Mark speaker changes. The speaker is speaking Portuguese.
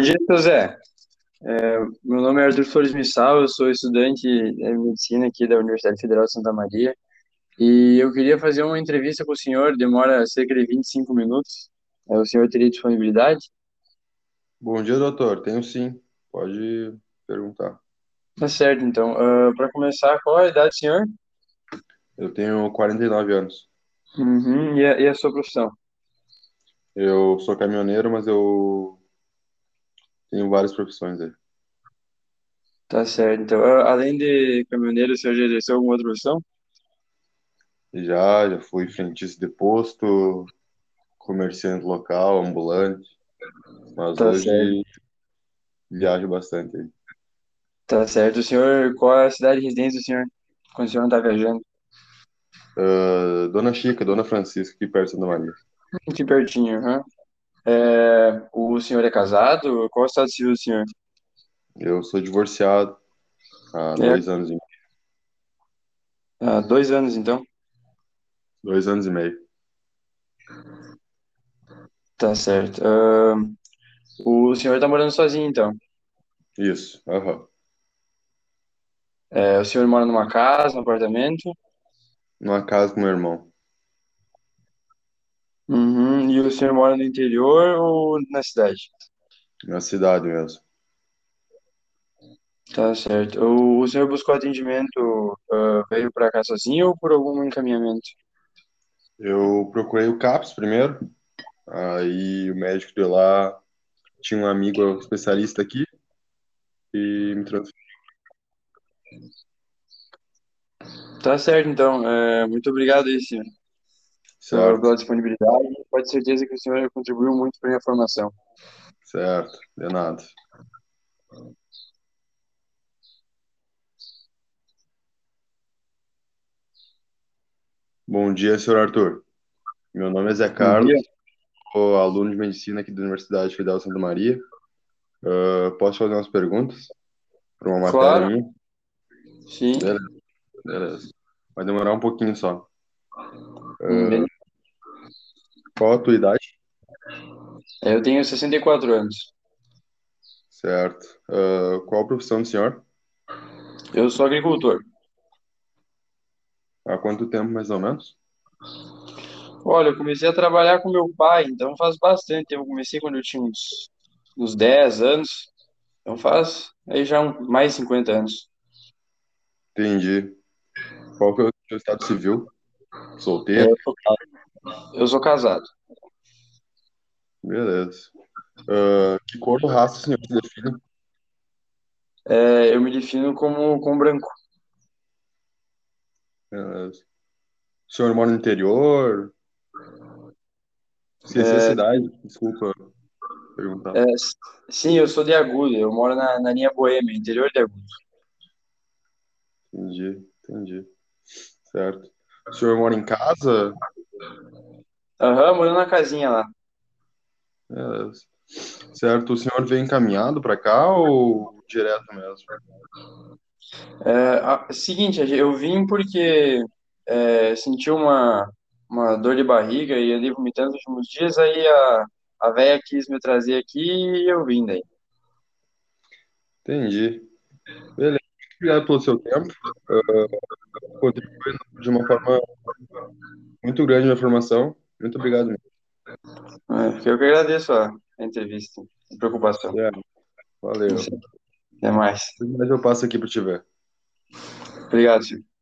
Speaker 1: Jeito, Zé. É, meu nome é Arthur Flores Missal, eu sou estudante de medicina aqui da Universidade Federal de Santa Maria e eu queria fazer uma entrevista com o senhor, demora cerca de 25 minutos. É, O senhor teria disponibilidade?
Speaker 2: Bom dia, doutor. Tenho sim. Pode perguntar.
Speaker 1: Tá certo, então. para começar, qual a idade do senhor?
Speaker 2: Eu tenho 49 anos.
Speaker 1: Uhum, e, a, e a sua profissão?
Speaker 2: Eu sou caminhoneiro, mas eu tenho várias profissões aí.
Speaker 1: Tá certo, então. Ah, além de caminhoneiro, o senhor já exerceu alguma outra profissão?
Speaker 2: Já, já fui frentista de posto, comerciante local, ambulante, mas
Speaker 1: Tá
Speaker 2: hoje
Speaker 1: certo.
Speaker 2: viajo bastante aí.
Speaker 1: Tá certo. O senhor, qual é a cidade de residência do senhor quando o senhor não tá viajando?
Speaker 2: Ah, Dona Chica, Dona Francisca, aqui perto de Santa Maria.
Speaker 1: Aqui pertinho, aham. É, o senhor é casado? Qual é o estado civil do senhor?
Speaker 2: Eu sou divorciado há
Speaker 1: É,
Speaker 2: dois anos e,
Speaker 1: há dois anos, então.
Speaker 2: dois anos e meio.
Speaker 1: Tá certo. Ahn, o senhor tá morando sozinho, então.
Speaker 2: Isso, aham.
Speaker 1: É, o senhor mora numa casa, num apartamento?
Speaker 2: Numa casa com meu irmão.
Speaker 1: Uhum. E o senhor mora no interior ou na cidade?
Speaker 2: Na cidade mesmo.
Speaker 1: Tá certo. O, o senhor buscou atendimento, ah, veio pra cá sozinho ou por algum encaminhamento?
Speaker 2: Eu procurei o CAPS primeiro, aí o médico de lá tinha um amigo especialista aqui e me transferiu.
Speaker 1: Tá certo, então. É, muito obrigado aí, senhor, pela
Speaker 2: Certo,
Speaker 1: pela disponibilidade. Pode ter certeza que o senhor contribuiu muito para minha formação.
Speaker 2: certo, de nada. Bom dia, senhor Arthur. Meu nome é Zé
Speaker 1: Bom dia.
Speaker 2: Carlos, sou aluno de medicina aqui da Universidade Federal de Santa Maria. Ah, posso fazer umas perguntas para uma matéria
Speaker 1: Claro,
Speaker 2: minha?
Speaker 1: sim.
Speaker 2: Beleza, beleza. Vai demorar um pouquinho só. É,
Speaker 1: Bem,
Speaker 2: Qual a tua idade?
Speaker 1: Eu tenho 64 anos.
Speaker 2: Certo. Ah, qual a profissão do senhor?
Speaker 1: Eu sou agricultor.
Speaker 2: Há quanto tempo, mais ou menos?
Speaker 1: Olha, eu comecei a trabalhar com meu pai, então faz bastante tempo. Eu comecei quando eu tinha uns, uns 10 anos. Então faz aí já um- mais de 50 anos.
Speaker 2: Entendi. Qual que é o seu estado civil?
Speaker 1: É,
Speaker 2: Solteiro?
Speaker 1: eu sou eu sou casado. É.
Speaker 2: Beleza. Ah, que cor ou raça o senhor se define?
Speaker 1: É, eu me defino como, como branco.
Speaker 2: Beleza. O senhor mora no interior? Esqueci a
Speaker 1: É,
Speaker 2: cidade, desculpa perguntar.
Speaker 1: é, s- sim, eu sou de Agudo. Eu moro na, na linha Boêmia, interior de Agudo.
Speaker 2: Entendi, entendi. Certo. O senhor mora em casa?
Speaker 1: Aham, moro na casinha lá.
Speaker 2: Beleza. É. Certo. O senhor veio encaminhado para cá ou direto mesmo?
Speaker 1: É, a, seguinte, a gen- eu vim porque é, senti uma, uma dor de barriga e andei vomitando nos últimos dias, aí a, a véia quis me trazer aqui e eu vim daí.
Speaker 2: Entendi. Beleza. Muito Obrigado pelo seu tempo. Ah, contribuindo de uma forma muito grande na formação. Muito obrigado mesmo.
Speaker 1: É, eu que agradeço a, a entrevista, a preocupação.
Speaker 2: Certo. Valeu.
Speaker 1: Até mais.
Speaker 2: Mas eu passo aqui para te ver.
Speaker 1: Obrigado, senhor.